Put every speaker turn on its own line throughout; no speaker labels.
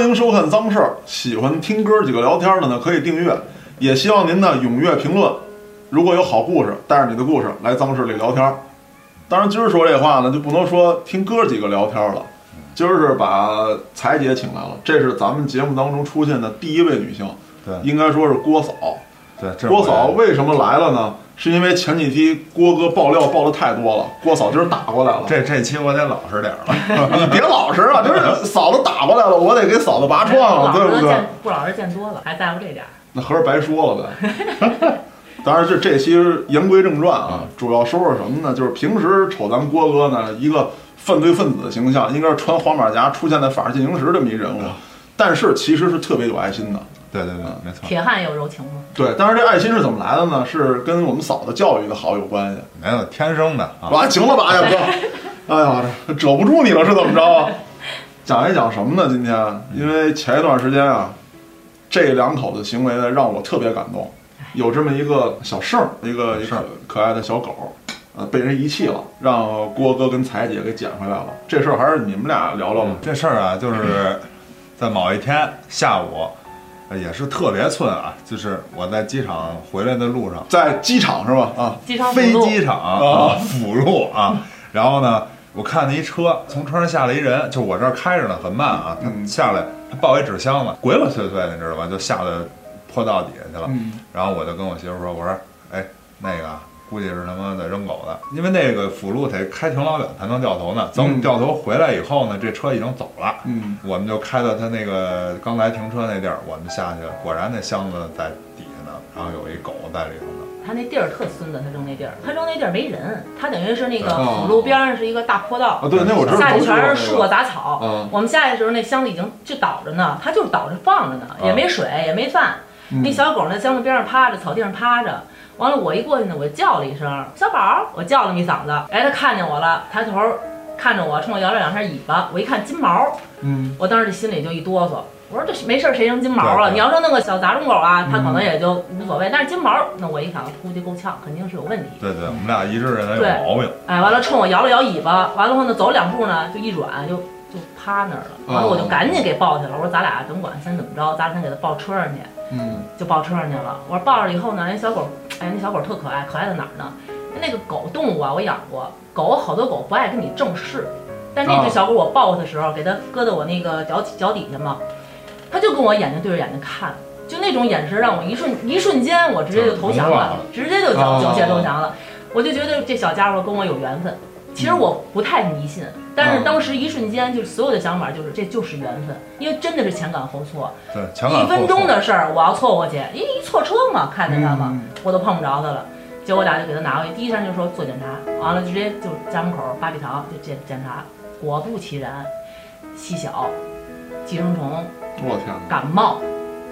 迎收看脏事儿，喜欢听哥几个聊天的呢，可以订阅，也希望您呢踊跃评论。如果有好故事，带着你的故事来脏事里聊天。当然，今儿说这话呢，就不能说听哥几个聊天了。
嗯
今儿是把彩姐请来了，这是咱们节目当中出现的第一位女性，
对
应该说是郭嫂。
对，这
郭
我
嫂为什么来了呢？是因为前几期郭哥爆料爆的太多了，郭嫂今儿打过来了。
这这期我得老实点儿了。
你别老实 啊，就是嫂子打过来了，我得给嫂子拔创啊，对
不
不对？？
不老实见多了，还在乎这点儿。
那合着白说了呗。 当然，这这期言归正传啊，主要说说什么呢？就是平时瞅咱郭哥呢，一个犯罪分子的形象，应该是穿黄马甲出现在《法制进行时》这么一人物，但是其实是特别有爱心的。
对对对，没错，
铁汉有柔情吗？
对，当然这爱心是怎么来的呢？是跟我们嫂子教育的好有关系。
没有天生的啊。
完、行了吧，哎大哥，哎呀，这遮不住你了是怎么着啊？讲一讲什么呢？今天，因为前一段时间啊，这两口子行为呢让我特别感动。有这么一个小胜，一个一
是
个可爱的小狗，呃，被人遗弃了，让郭哥跟彩姐给捡回来了。这事儿还是你们俩聊聊吧。
这事儿啊，就是 在某一天下午，呃也是特别寸啊，就是我在机场回来的路上，
在机场是吧？啊，
机场
飞
辅路
机场
哦
啊，辅路啊，然后呢，我看见一车从车上下来一人，就我这儿开着呢，很慢啊，
嗯
他下来，他抱一纸箱子，鬼鬼祟祟的，你知道吧？就下到坡道底下去了。
嗯
然后我就跟我媳妇说，我说，哎，那个啊估计是他妈的扔狗的，因为那个辅路得开挺老远才能掉头呢。
嗯
等掉头回来以后呢，这车已经走了。
嗯，
我们就开到他那个刚才停车那地儿，我们下去了，果然那箱子在底下呢，然后有一狗在里头呢。
他那地儿特孙子，他扔那地儿，他扔那地儿没人，他等于是那个
哦
辅路边上是一个大坡道
啊，，对，那我知道，
下去
我知道那
全是
个
树啊杂草。
嗯
我们下去的时候，那箱子已经就倒着呢，他就是倒着放着呢，也没水也没饭。
嗯
那小狗那箱子边上趴着，草地上趴着。完了，我一过去呢，我就叫了一声“小宝儿”，我叫了一嗓子，哎，它看见我了，抬头看着我，冲我摇了两下尾巴。我一看金毛，
嗯，
我当时这心里就一哆嗦，我说这没事儿，谁扔金毛
对
啊？
对
你要扔那个小杂种狗啊，它
嗯
可能也就无所谓。但是金毛，那我一想，估计够呛，肯定是有问题。
对对，我们俩一致认为有
对
毛病。
哎，完了冲我摇了摇尾巴，完了后呢走两步呢就一软就就趴那儿了，完了我就赶紧给抱去了，我说咱俩甭管先怎么着，咱俩先给它抱车上去，
嗯
就抱车上去了。我说抱着以后呢，人小狗，哎呀那小狗特可爱，可爱在哪儿呢？那个狗动物啊，我养过，狗好多狗不爱跟你正视，但那
啊
只小狗我抱的时候，给它搁到我那个脚底脚底下嘛，它就跟我眼睛对着眼睛看。就那种眼神让我一瞬一瞬间，我直接就投降了，啊直接就缴缴械投降了。我就觉得这小家伙跟我有缘分。其实我不太迷信，但是当时一瞬间就是所有的想法就是这就是缘分，因为真的是前赶后错，
对，前感
一分钟
的
的事儿我要错过去，因为一错车嘛，看见他嘛，我都碰不着他了。结果我俩就给他拿回去，第一天就说做检查，完了直接就家门口八里桥就检检查，果不其然，细小、寄生虫、
嗯我天哪，
感冒，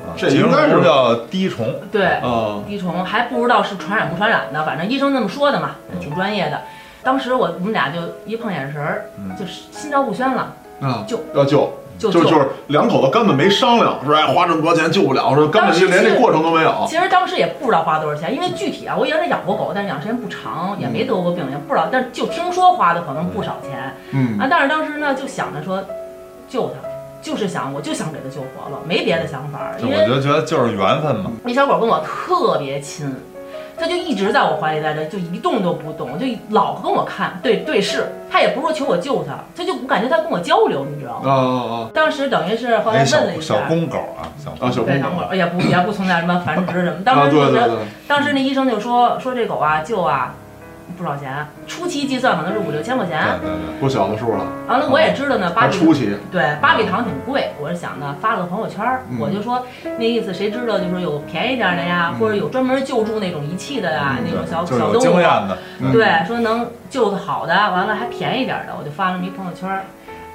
啊
这应该是
叫滴虫，
对，
啊，
滴虫还不知道是传染不传染的，反正医生那么说的嘛，挺专业的。当时我我们俩就一碰眼神儿，就是心照不宣了，
啊，
就
要救。
嗯就
就
做。
就是两口子根本没商量，说哎花这么多钱救不了，说根本就连这过程都没有。
其实当时也不知道花多少钱，因为具体啊，我原来养过狗，但是养时间不长，也没得过病，也不知道，但是就听说花的可能不少钱
嗯，
啊。但是当时呢，就想着说救它，就是想我就想给它救活了，没别的想法儿，
就
因
我
为
就觉得就是缘分嘛。
那小狗跟我特别亲，它就一直在我怀里待着，就一动都不动，就老跟我看对对视。它也不是说求我救它，它就我感觉它跟我交流，你知道吗？
啊啊
当时等于是后来
那哎小
问了一下
小，公狗啊，小
啊！啊，小
对
公
小
公
狗也不也不存在什么繁殖什么，当
啊，
时
对
就
对
是
对，
当时那医生就说说这狗啊救啊。不少钱，初期计算可能是五六千块
对
钱。
对对，
不小的数了，
完了，我也知道呢，八
还
比
啊初期。
对八比糖挺贵，我是想呢发了个朋友圈儿，
嗯
我就说那意思谁知道就说有便宜点儿的呀，或者有专门救助那种遗弃的呀，那种小
就是
小
有经
动物
验
啊，
的，
嗯
对，说能救的好的，完了还便宜点儿的，我就发了这么一朋友圈儿。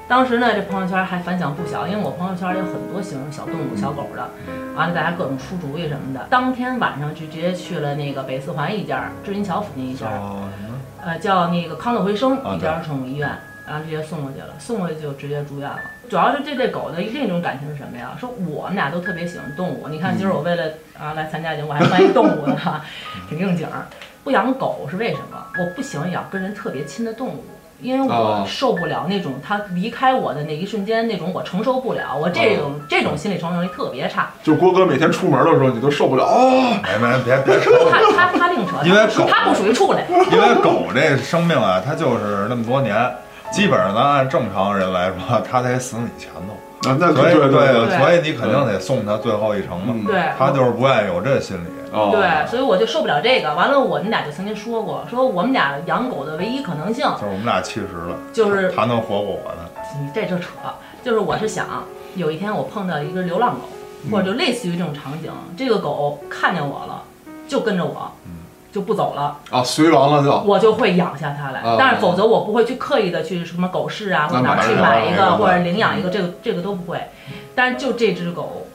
当时呢，这朋友圈儿还反响不小，因为我朋友圈儿有很多形容小动物、小狗的，完了大家各种出主意什么的。当天晚上就直接去了那个北四环一家儿，知音桥附近一家儿，
哦什么
呃，叫那个康乐回声
啊
一家宠物医院，然后直接送过去了，送过去就直接住院了。主要是这对狗的另一种感情是什么呀？说我们俩都特别喜欢动物，你看
嗯
今儿我为了啊来参加节目，我还翻一动物呢， 挺应景儿。不养狗是为什么？我不喜欢养跟人特别亲的动物，因为我
哦
受不了那种他离开我的那一瞬间那种我承受不了，我这
哦
种这种心理承受能力特 别差。
就是郭哥每天出门的时候，你都受不了哦，
哎， 没别别说
他他他另扯，
因为
他不属
狗
他不属于畜类，
因为狗这生命啊，它就是那么多年，基本上呢，按正常人来说，它得死你前头，
啊，那
所以
对
对
所以你肯定得送它最后一程
嗯
嘛。
对
它就是不愿意有这心理，
啊
哦，
对，所以我就受不了这个。完了，我们俩就曾经说过，说我们俩养狗的唯一可能性
就是我们俩七十了，
就是
它能活过我呢。
你这就扯，就是我是想有一天我碰到一个流浪狗，或者就类似于这种场景，这个狗看见我了，就跟着我，就不走了，
啊，随完了就
我就会养下它来
啊。
但是否则我不会去刻意的去什么狗市啊，或者哪儿去
那
买
买
一
一个
个，
买一个
或者领养一个，这个这个都不会。但是就这只狗，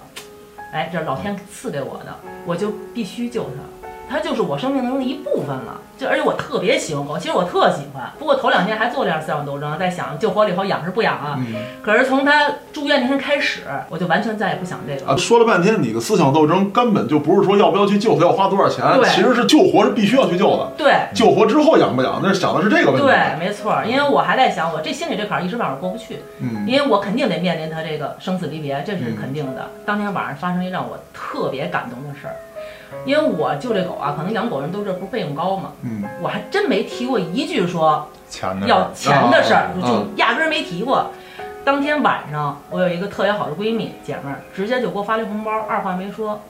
哎，这是老天赐给我的，我就必须救它。它就是我生命中的一部分了，就而且我特别喜欢狗，其实我特喜欢。不过头两天还做这样思想斗争，在想救活了以后养是不养啊？可是从它住院那天开始，我就完全再也不想这个了。
啊，说了半天，你的思想斗争根本就不是说要不要去救它，要花多少钱，
对
其实是救活是必须要去救的，
对，
救活之后养不养，那是想的是这个问题。
对，没错儿，因为我还在想，我这心里这坎儿一时半会儿过不去，
嗯
因为我肯定得面临他这个生死离别，这是肯定的。当天晚上发生一让我特别感动的事儿，因为我就这狗啊，可能养狗人都知道不是费用高嘛，
嗯，
我还真没提过一句说
钱的事
要
儿
钱的事儿，
啊啊
就压根儿没提过。当天晚上，我有一个特别好的闺蜜姐们儿，直接就给我发了一红包，二话没说，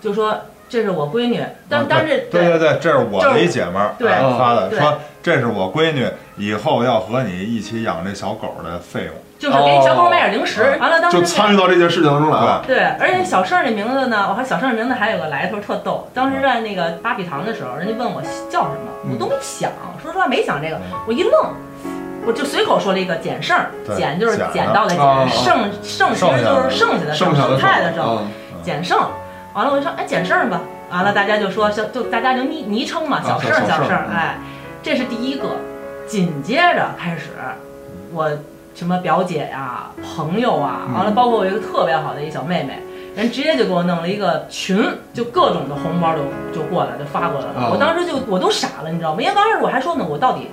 就说这是我闺女，但、
啊
但是
对对对，这是我的一姐们儿
对
啊发的，
对
说这是我闺女，以后要和你一起养这小狗的费用。
就是给小狗买点零食，
哦
完了当时
就
那个
参与到这件事情当中来了。
对，而且小盛这名字呢，我看小盛这名字还有个来头特逗。当时在那个芭比堂的时候，人家问我叫什么，我都没想，说实话没想这个
嗯，
我一愣，我就随口说了一个捡剩儿，
对
捡就是
捡的
捡到的
啊
捡，剩剩其实就是剩下的剩，
剩下
剩
的
菜的剩，
啊，
捡剩。完了我就说，哎，捡剩儿吧。完了大家就说小，就大家就昵昵称嘛，小
啊
盛儿
小
小
盛儿
盛儿，
嗯
哎，这是第一个。紧接着开始，我什么表姐呀、朋友啊，完了，
嗯
包括我一个特别好的一小妹妹，人直接就给我弄了一个群，就各种的红包就就过来，就发过来了。
哦
我当时就我都傻了，你知道吗？因为刚开始我还说呢，我到底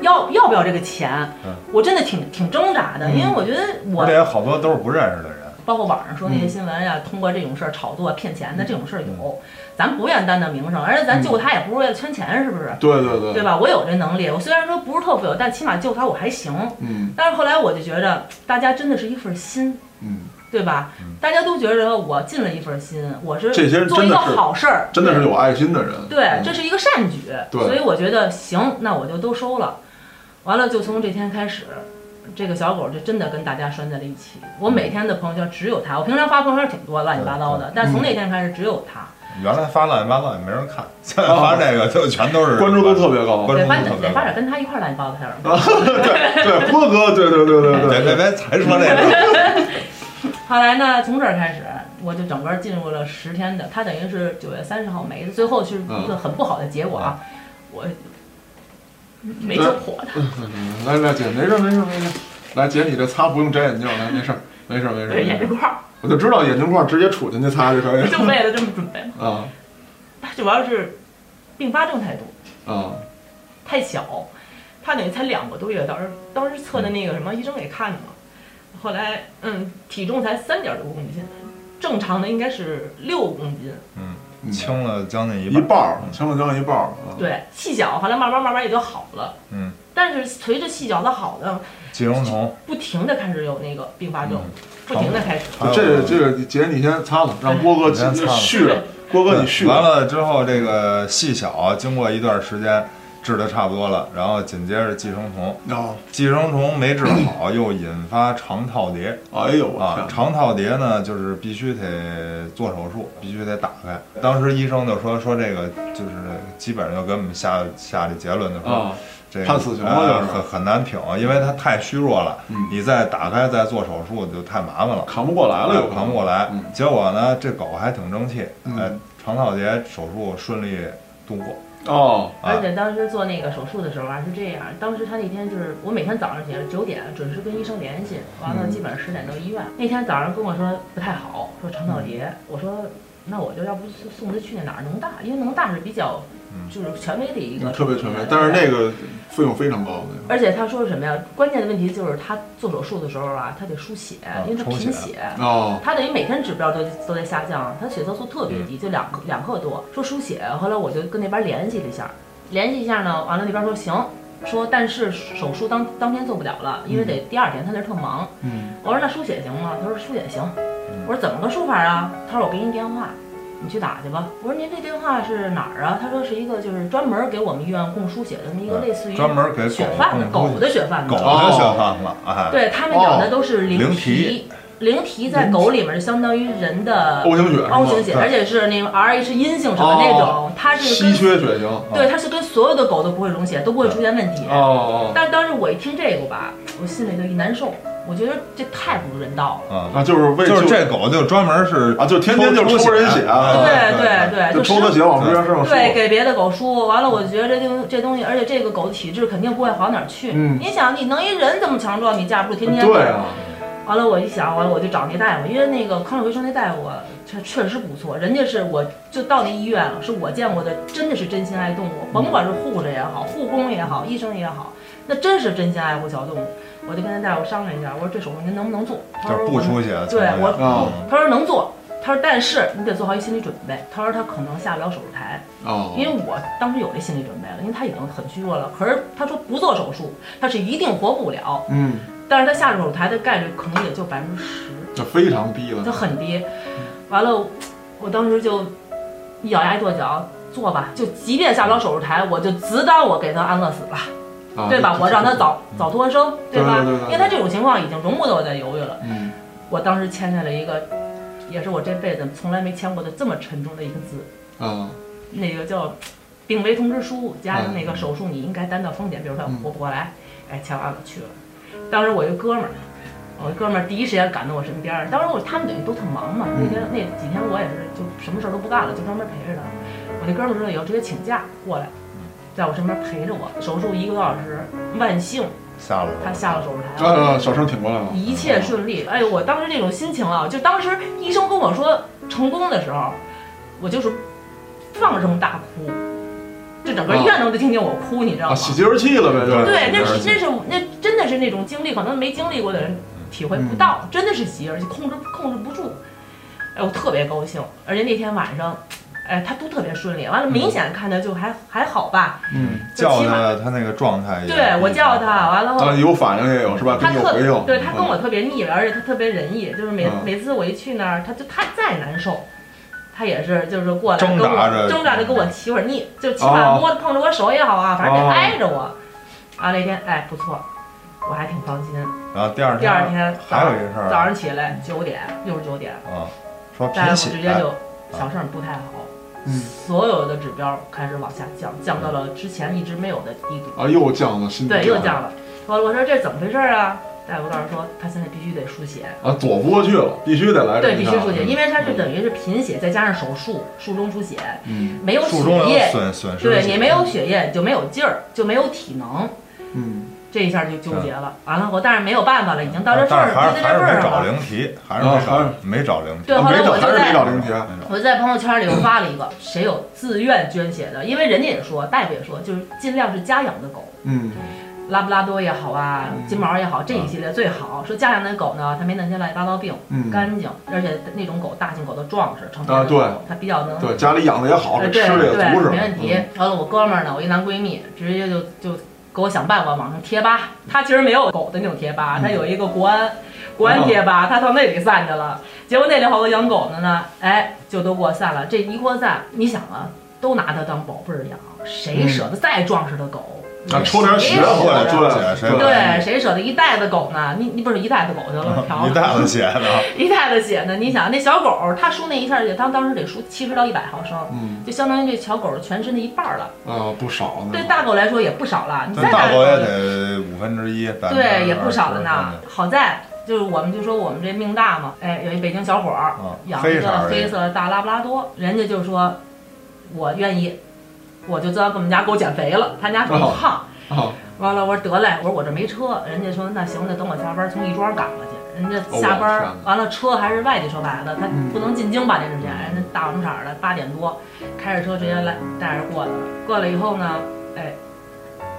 要要不要这个钱
嗯？
我真的挺挺挣扎的，
嗯
因为我觉得我
而且有好多都是不认识的人，
包括网上说
嗯
那些新闻呀、通过这种事儿炒作骗钱的这种事儿有，咱不愿担那名声，而且咱救他也不是为了圈钱，是不是？
对对对，
对吧？我有这能力，我虽然说不是特富有，但起码救他我还行。
嗯
但是后来我就觉着，大家真的是一份心，
嗯，
对吧？大家都觉着我尽了一份心，我是
这些人
做一
真
个
的是
好事儿，
真的是有爱心的人。
对，
嗯
这是一个善举，
对
所以我觉得行，那我就都收了。完了，就从这天开始，这个小狗就真的跟大家拴在了一起。我每天的朋友圈只有它，我平常发朋友圈挺多乱七八糟的，但从那天开始只有它。
原来发乱七八糟也没人看，现在发这个就全都是
啊关注度特别高。
关
得
注
发
度特
展
别
得
高
发。展跟它一块儿乱七八糟的事儿。
对，郭哥，对对对对
别
对对，
别别，才说这 个，
后来呢，从这儿开始，我就整个进入了十天的，他等于是九月三十号没的，最后是一个很不好的结果啊，我没救活他。
来来姐，没事没事没事，来姐你这擦不用摘眼镜，来没事没事没 事
对，眼
没
镜
事，
框儿
我就知道眼镜框直接杵进去擦就可以
就为了这么准备。
啊
他主要是并发症太多，
啊
太小，他等于才两个多月，当时当时测的那个什么
嗯
医生给看的嘛，后来嗯，体重才三点多公斤，正常的应该是六公斤，
嗯
轻了将近一
一
半。
半儿，轻了将近一半儿啊，
对，细小，后来慢慢慢慢也就好了。
哦嗯，
但是随着细小的好呢，
寄生虫，
不停的开始有那个并发症，
嗯
不停的开始。
还有
这个这个姐你先擦擦，让郭哥
哎你先擦擦
续着，郭哥你续
完
着，
了之后，这个细小经过一段时间治的差不多了，然后紧接着寄生虫，
啊，
寄生虫没治好，又引发肠套叠
哎呦我
啊，
天，
肠套叠呢就是必须得做手术，必须得打开。当时医生就说说这个就是基本上就给我们下下这结论的说
啊，
这个
判死刑了就是
呃很很难挺，因为它太虚弱了
嗯，
你再打开再做手术就太麻烦了。
扛不过来了有可能
哎扛不过来
嗯。
结果呢，这狗还挺争气，
嗯
哎，肠套结手术顺利度过。
哦，
啊
而且当时做那个手术的时候啊是这样，当时他那天就是我每天早上起来九点准时跟医生联
嗯嗯
系，完了基本上十点到医院。那天早上跟我说不太好，说肠道结，我说那我就要不送他去那哪儿农大，因为农大是比较就是权威的一个，
嗯特别权威，但是那个费用非常高，那个
而且他说什么呀？关键的问题就是他做手术的时候啊，他得输血，因为他贫
抽
血
血，
哦，
他等于每天指标都都在下降，他血色素特别低，
嗯
就两克两克多。说输血，后来我就跟那边联系了一下，联系一下呢，完了那边说行，说但是手术当当天做不了了，因为
嗯
得第二天，他那儿特忙。
嗯，
我说那输血行吗？他说输血行。
嗯
我说怎么个输法啊？他说我给你电话，你去打去吧。我说您这电话是哪儿啊？他说是一个就是专门给我们医院供输血的那么一个类似于
呃专门给狗
血贩子
供
狗的血贩子
狗
哦
的血贩子，哎，
对他们养的都是
灵
缇
缇，
灵缇在狗里面是相当于人的
O 型血是吗
O 型血，
对
而且是那个 RH 阴性什么那种，它是
哦稀缺
跟
血型，哦
对，它是跟所有的狗都不会溶血，都不会出现问题。
哦
但当时我一听这个吧，我心里就一难受，我觉得这太不人道了。
哦，
啊，
啊，就是为
就是这狗就专门是
哦
啊，就天天就抽人血，
啊
对
对
哦
对，
就抽他
是
血往别人身上输，
对，给别的狗输完了，我觉得这东这东西，而且这个狗的体质肯定不会好哪儿去。
嗯
你想，你能一人这么强壮，你架不住天天
对啊，
完了，我一想，完了我就找那大夫，因为那个康有为生那大夫啊确确实不错，人家是我就到那医院了，是我见过的，真的是真心爱动物，甭管是护士也好，护工也好，医生也好，那真是真心爱护小动物。我就跟那大夫商量一下，我说这手术您能不能做？他
就
说
是不
我
出血的情
对
况下，
我
哦
他说能做，他说但是你得做好一心理准备，他说他可能下不了手术台，
哦，
因为我当时有这心理准备了，因为他已经很虚弱了，可是他说不做手术，他是一定活不了，
嗯，
但是他下手术台的概率可能也就百分之十。
这非常低了，
就很低。完了，我当时就一咬牙一跺脚，做吧，就即便下不了手术台，我就只当我给他安乐死吧，
啊
对吧？我让他，早
嗯
早脱生，吧？
对对对对
因为他这种情况已经容不得我再犹豫了。
嗯，
我当时签下了一个，也是我这辈子从来没签过的这么沉重的一个字，
啊，
那个叫病危通知书，加上那个
嗯
手术你应该担到风险，比如说
嗯
活不过来，哎，签完了去了。当时我一哥们儿，我一哥们儿第一时间赶到我身边儿，当时我他们等于都特忙嘛，
嗯
那天那几天我也是就什么事儿都不干了，就专门陪着他。我那哥们儿说以后直接请假过来，在我身边陪着我，手术一个多小时，万幸
下了
他下了手术台了。
啊，小生挺过来了，
一切顺利。哎呦，我当时那种心情啊，就当时医生跟我说成功的时候，我就是放声大哭，就整个医院都能听见我哭，你知道
啊，
吗？
喜极而泣了呗，就是
对，那是
喜极而泣
那是那真的是那种经历，可能没经历过的人
嗯
体会不到，真的是急，而且控制控制不住。哎，我特别高兴，而且那天晚上。哎，他都特别顺利，完了明显看着就还、还好吧，
嗯，
就
叫
起码
他他那个状态也，
哎
对我叫他，完了后
啊，有反应也有是吧？
他
跟有回
特
应，
对他跟
嗯
我特别腻了，而且他特别仁义，就是每、
嗯
每次我一去那儿，他就他再难受，他也是就是过来跟
挣扎
我
着嗯
挣扎着跟我起会儿腻，就起码
哦
摸碰着我手也好啊，反正得
哦
挨着我。啊，那天哎不错，我还挺放心。
然后第二
第二天早
还有一
上
事
早
儿
上起来九点又是九点，
啊，说
大夫
贫血
直接就小胜不太好，
嗯
所有的指标开始往下降，降到了之前一直没有的低度。
啊，又降了，心
对，又降了。我我说这怎么回事儿啊？大夫告诉说他现在必须得输血，
啊，躲不过去了，必须得来
对，必须输血，
嗯
因
为
为他是等于是贫血，再加上手术术中出血，
嗯
没有血
术中有
液，
损损失，
对你没
嗯
有血液你就没有劲儿，就没有体能，
嗯，
这一下就纠结了。完了，我但是没有办法了，已经到这
嗯
份
但
儿，
是还
就在
是
这
还是
份
没
儿上
找
了。
灵缇，还是没
啊
找没找灵缇，
对，后
没
来
找
我
还
就是
没
在
找灵啊缇，
我就在朋友圈里我发了一个，谁有自愿捐血的，因为人家也说，大夫也说，就是尽量是家养的狗。
嗯
拉布拉多也好啊，金毛也好，这一系列最好。说家养的狗呢，它没那些乱七八糟病，
嗯，
干净，而且那种狗大型狗都壮实，成
啊
年的
对
狗它比较能。
对，家里养的也好，
呃
这
对
吃的也
对，
足是吧，嗯
没问题。完了，我哥们儿呢，我一男闺蜜，直接就就给我想办法网上贴吧。他其实没有狗的那种贴
嗯
吧，他有一个国安国安贴吧，他到那里散去了。结果那里好多养狗的呢，哎，就都给我散了。这一扩散，你想啊，都拿它当宝贝儿养，谁
嗯
舍得再壮实的狗？
啊，出点血回来，对
对，谁舍得一袋子狗呢？你你不是一袋子狗去了，嫖
啊一袋子血呢，
一袋子血呢？你想那小狗，它输那一下血，它当时得输七十到一百毫升，
嗯
就相当于这小狗全身的一半儿了。
啊，不少呢，
对大狗来说也不少了，你
但
再
大
大
狗也得五分之一，百分之
对也不少了
二
呢
十。
好在就是我们就说我们这命大嘛，哎，有一北京小伙儿
啊
养
黑
一
色
个
儿
黑
的
色的大拉布拉多，人家就说我愿意，我就知道给我们家狗减肥了，他家狗
哦
胖。
啊，
完了，我说得嘞，我说我这没车，人家说那行，那等我下班从亦庄赶过去。人家下
哦我天
班儿
哪
完了车还是外地车牌的，他不能进京吧？这时间，人家大晚场的八点多，开着车直接来带着过来了。过来以后呢，哎，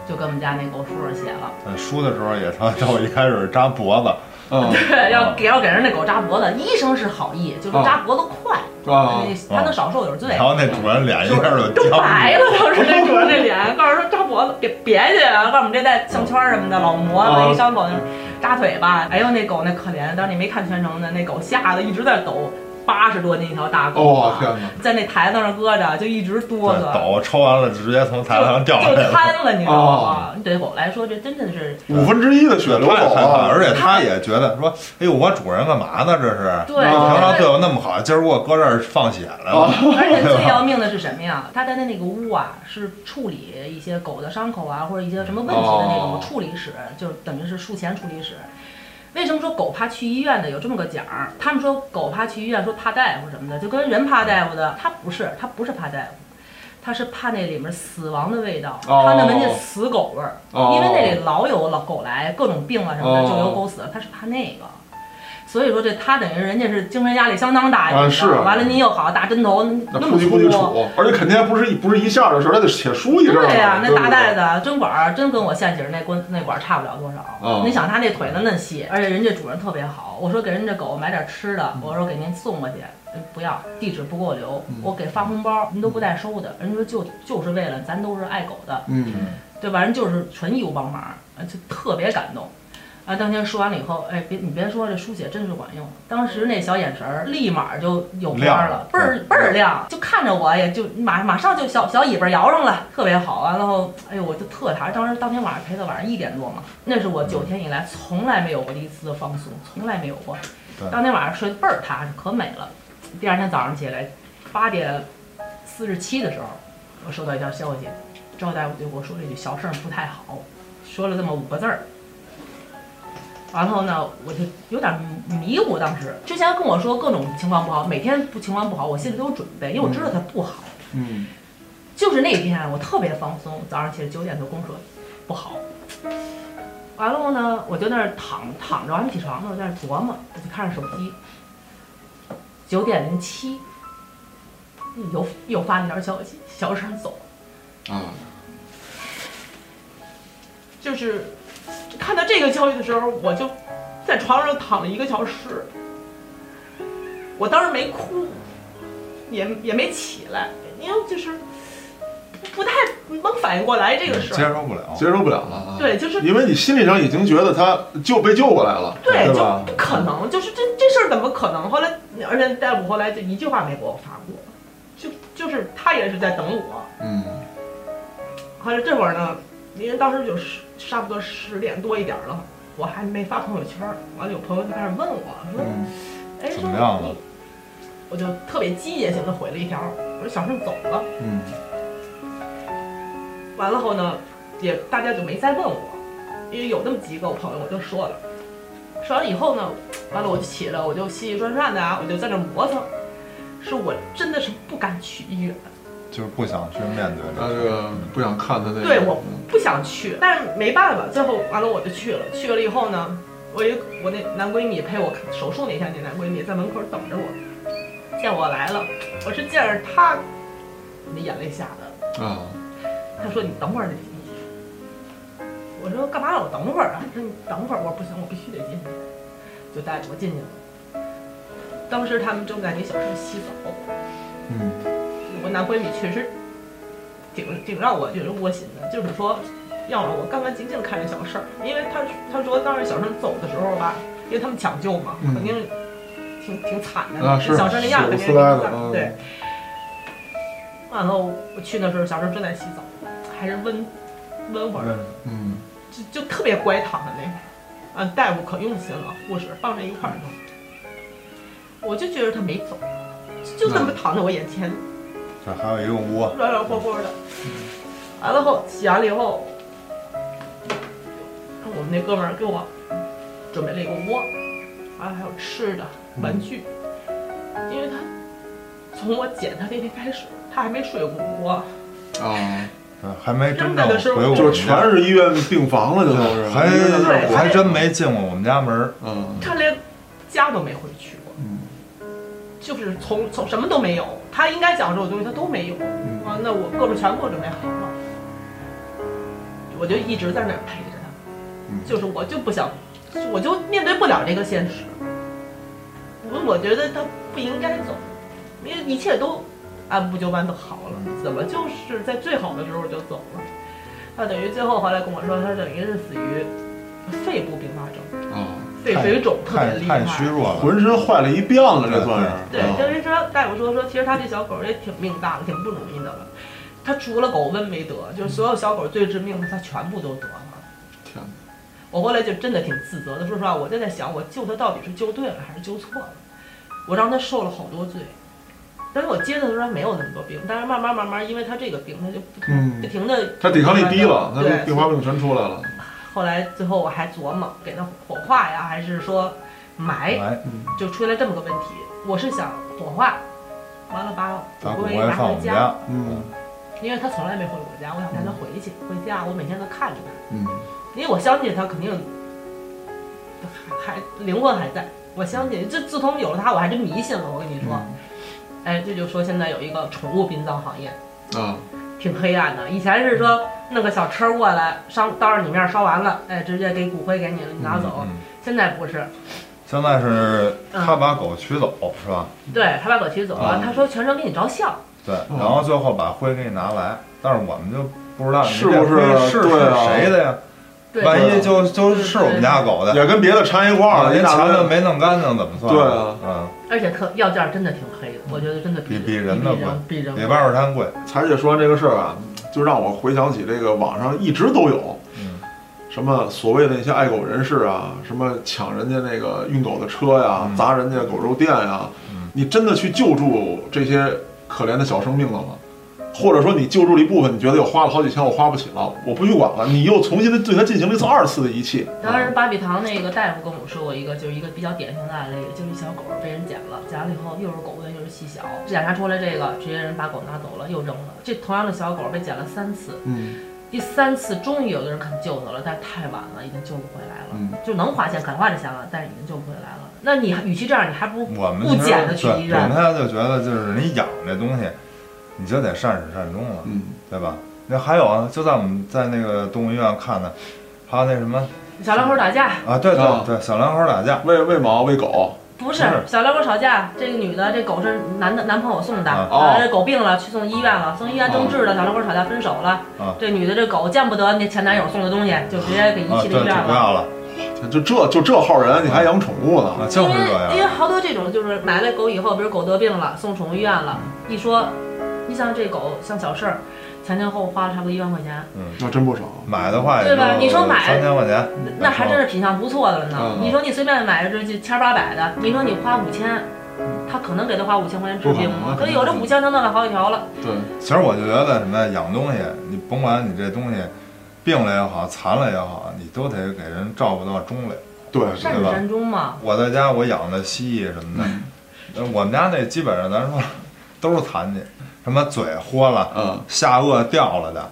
就跟我们家那狗叔叔写了，
呃输的时候也 常让我一开始扎脖子，
嗯
对，要给要给人那狗扎脖子，医生是好意，就是
啊
扎脖子快，
啊，
那他能少受点罪。
然后那主人脸一下就
都
僵
白了，
哦
当时那主人这脸，告诉说扎脖子，别别去啊！告诉我们这带项圈什么的，老磨
哦
啊
万一伤口呢，扎腿吧。哎呦，那狗那可怜，当时你没看全程呢，那狗吓得一直在抖，八十多斤一条大狗
哦
啊，
天哪！
在那台子上搁着，就一直哆
对，
嗦，
抖抽完了直接从台子上
就
掉下来哦
就
了。
瘫了，你知道吗？对狗来说，这真的是
五分之一的血流
太
走
害怕了，
了，
而且他也觉得说：“哎呦，我主人干嘛呢？这是
对，
啊
平常
而
对我那么好，今儿给我搁这儿放血来了。
且最要命的是什么呀？他在那个屋啊，是处理一些狗的伤口啊，或者一些什么问题的那种
哦
处理室，就等于是术前处理室。为什么说狗怕去医院的有这么个讲儿？他们说狗怕去医院，说怕大夫什么的，就跟人怕大夫的，他不是，他不是怕大夫，他是怕那里面死亡的味道，
哦
他能闻见死狗味儿，
哦
因为那里老有老狗来，各种病啊什么的，
哦
就有狗死，他是怕那个。所以说这他等于人家是精神压力相当大，
啊
你知道
是
吗完了您又好大针头那
那
么
出去
粗啊
不，去杵，而且肯定还不是一不是一下的事儿，他得且输一阵儿呢。
对呀、那大袋
子，
子针管儿真跟我现型那棍那管儿差不了多少。
哦
你想他那腿那嫩细，而且人家主人特别好。我说给人家狗买点吃的，
嗯
我说给您送过去，嗯不要，地址不给我留，我给发红包，您都不带收的。人家说就就是为了咱都是爱狗的，
嗯，
对吧？人就是纯义务帮忙，呃就特别感动。啊，当天说完了以后，哎，别你别说，这书写真是管用。当时那小眼神儿立马就有光
亮
了
了，
倍儿倍儿亮，就看着我也就马马上就小小尾巴摇上了，特别好。完了后，哎呦，我就特啥，当时当天晚上陪到晚上一点多嘛，那是我
嗯
九天以来从来没有过的一次的放松，从来没有过。
对
当天晚上睡得倍儿踏实，可美了。第二天早上起来，八点四十七的时候，我收到一条消息，赵大夫对我说了一句“小事儿不太好”，说了这么五个字儿。完后呢，我就有点迷糊。当时之前跟我说各种情况不好，每天不情况不好，我心里都有准备，因为我知道它不好。
嗯，
就是那天我特别放松，早上起来九点多跟我说不好。完了呢，我就那儿躺躺着，还没起床呢，我在那儿琢磨，我就看着手机，九点零七，又又发了一条消息，小沈走了。
啊，
就是看到这个消息的时候，我就在床上躺了一个小时。我当时没哭，也也没起来，因为就是不不太能反应过来这个事
接
儿。
受不了，
接受不了
啊
了，
啊，
对，就是
因为你心理上已经觉得他救被救过来了，
对，就
吧？
不可能，就是这这事儿怎么可能？后来，而且大夫后来就一句话没给我发过，就就是他也是在等我。
嗯，
后来这会儿呢，因为当时就十差不多十点多一点儿了，我还没发朋友圈儿，完了有朋友就开始问我说
嗯，
哎，
怎
说
么样了
你？我就特别机械性的回了一条，我说小胜走了。
嗯，
完了后呢，也大家就没再问我，因为有那么几个我朋友我就说了，说完以后呢，完了我就起来，我就洗洗涮涮的啊，我就在那磨蹭，是我真的是不敢去医院，
就是不想去面对
他
这
这
个。
个不想看他那个，
对我不想去，但是没办法，最后完了我就去了。去了以后呢，我一我那男闺蜜陪我看手术那天，那男闺蜜在门口等着我，见我来了，我是见着他，那眼泪下的。
啊，
他说你等会儿得进去。我说干嘛让我等会儿啊？他说你等会儿，我说不行，我必须得进去，就带着我进去了。当时他们正在给小叔洗澡，
嗯，
我男闺蜜确实挺挺让我觉得窝心的，就是说要让我干干净净看着小事儿，因为他他说当时小生走的时候吧，因为他们抢救嘛，
嗯
肯定挺挺惨的，
啊是
小生那样肯定
死
挺
不
惨
死来的嗯
对。完了，我去的时候，小生正在洗澡，还是温温会儿，
嗯，
就就特别乖躺的那会儿，啊，大夫可用心了，护士放在一块儿弄，我就觉得他没走，就就这
嗯
么躺在我眼前，
这还有一个窝，
软软和和的。完了后洗完了以后，我们那哥们儿给我准备了一个窝，完了还有吃的、玩具，因为他从我捡他那天开始，他还没睡过窝，
啊，
对嗯还没真正回我
就
们家
全是医院病房了，就都是，
还
医院在那儿
对
活
还真没进过我们家门儿。
嗯，
他连家都没回去过，
嗯
就是从从什么都没有，他应该讲这种东西他都没有
嗯
啊。那我各种全给我准备好了，我就一直在那儿陪着他，
嗯
就是我就不想，我就面对不了这个现实。我我觉得他不应该走，因为一切都按部就班的好了，
嗯
怎么就是在最好的时候就走了？他等于最后回来跟我说，他等于是死于肺部并发症。
哦，
肺水肿特别
太
厉
太虚
害。
弱了。
嗯浑身坏了一遍了，这算是。
对，
啊
就是说大夫说说，其实他这小狗也挺命大的，挺不容易的了。他除了狗瘟没得，就是所有小狗最致命的，他全部都得了。
天哪，
我后来就真的挺自责的，说实话，我就在想，我救他到底是救对了还是救错了？我让他受了好多罪。但是我接他的时候还没有那么多病，但是慢慢慢慢，因为他这个病，他就不停
嗯
不停的，
他抵抗力低了，他
对
这并发病全出来了。
后来最后我还琢磨给他火化呀，还是说埋？
哎，
就出来这么个问题。我是想火化，完了把
把
骨
骨
灰
灰
拿
放我
回
们
家，
家，嗯
嗯
因为他从来没回过家，我想带他回去，回家我每天都看着他，
嗯
因为我相信他肯定还还灵魂还在。我相信，这自从有了他，我还真迷信了。我跟
嗯
你
嗯
说，哎，这就说现在有一个宠物殡葬行业
啊，
挺黑暗的。以前是说
嗯
弄个小车过来，烧当着你面烧完了，哎，直接给骨灰给你了，你拿走。
嗯
现在不是，
现在是
嗯
他把狗取走是吧？
对他把狗取走了
啊，
他说全程给你照相。
对，
嗯
然后最后把灰给你拿来，但是我们就不知道你
是不
这
是
灰是
对啊
是谁的呀？
对，
万一就就是我们家狗的，啊
也跟别的掺一块儿了，
连
你打
墙都
算
没弄干净怎么算？
对啊
而且特药价真的挺黑的，我觉得真的
嗯比
比
比人的
的
贵
比
嗯，
人
比外边摊贵。
彩姐说完这个事儿啊，就让我回想起这个网上一直都有
嗯，
什么所谓的那些爱狗人士啊，什么抢人家那个运狗的车呀，
嗯
砸人家狗肉店呀
嗯，
你真的去救助这些可怜的小生命了吗？或者说你救助了一部分，你觉得又花了好几千，我花不起了，我不去管了，你又重新的对它进行了一次二次的遗弃。
当时巴比糖那个大夫跟我说过一个，就是一个比较典型的案例，就是一小狗被人捡了，捡了以后又是狗瘟又是细小，检查出来这个，直接人把狗拿走了又扔了。这同样的小狗被捡了三次，
嗯
第三次终于有的人肯救它了，但是太晚了，已经救不回来了。
嗯
就能花钱肯花这钱了，但是已经救不回来了。那你还与其这样，你还不如
我们
不
其实
捡的去
对
医
我
院
们。家就觉得就是你养这东西，你就得善始善终了，
嗯
对吧？那还有啊，就在我们在那个动物医院看的，还有那什么
小两口打架
啊，对
啊
对对，小两口打架
喂喂猫喂狗，
不是
不是
小两口吵架，这个女的这狗是男的男朋友送的，
啊
哦
这狗病了去送医院了，送医院正治了，小两口吵架分手了，
啊
这女的这狗见不得那前男友送的东西，就直接给遗
啊，
弃
对，就
了医
不
院了。
要了
就这就这号人，你还养宠物呢？
啊，就是这
因为因为
样。
好多这种就是买了狗以后，比如狗得病了，送宠物医院了，一说，你想这狗像小事儿，前前后后花了差不多一万块钱，
那真不少。
买的话也
对吧
就
你说买
三千块钱，
那还真是品相不错的了呢。
嗯
你说你随便买这这千八百的，你说你花五千，他可能给他花五千块钱治
不可
病
能啊？
吗可有这五千，他弄了好几条了。
对，
其实我就觉得什么呀养东西，你甭管你这东西病了也好，残了也好，你都得给人照顾到终了。
对，
善始善终嘛，
我在家我养的蜥蜴什么的，呃我们家那基本上咱说都是残疾，什么嘴豁了、
嗯
啊
下颚掉了的，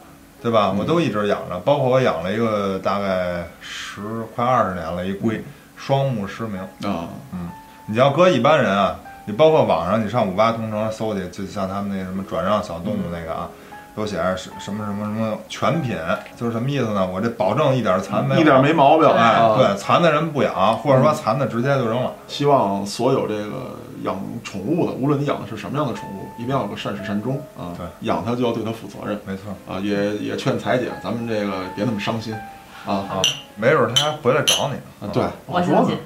对吧？
嗯
我都一直养着，包括我养了一个大概十快二十年了，一龟，双目失明。
嗯
啊，
你要搁一般人啊，你包括网上你上五八同城搜去，就像他们那什么转让小动物那个啊，都写着什什么什么什么全品，就是什么意思呢？我这保证一点啊残没有，
一点没毛病。
哎
啊，
对，残的人不养，或者说残的直接就扔了。
希望所有这个养宠物的，无论你养的是什么样的宠物，一定要有个善始善终啊。
对，
养它就要对它负责任
没错，
啊。也也劝彩姐，咱们这个别那么伤心啊。
没准他还回来找你呢。
啊，对，
我
说
相
呢
信，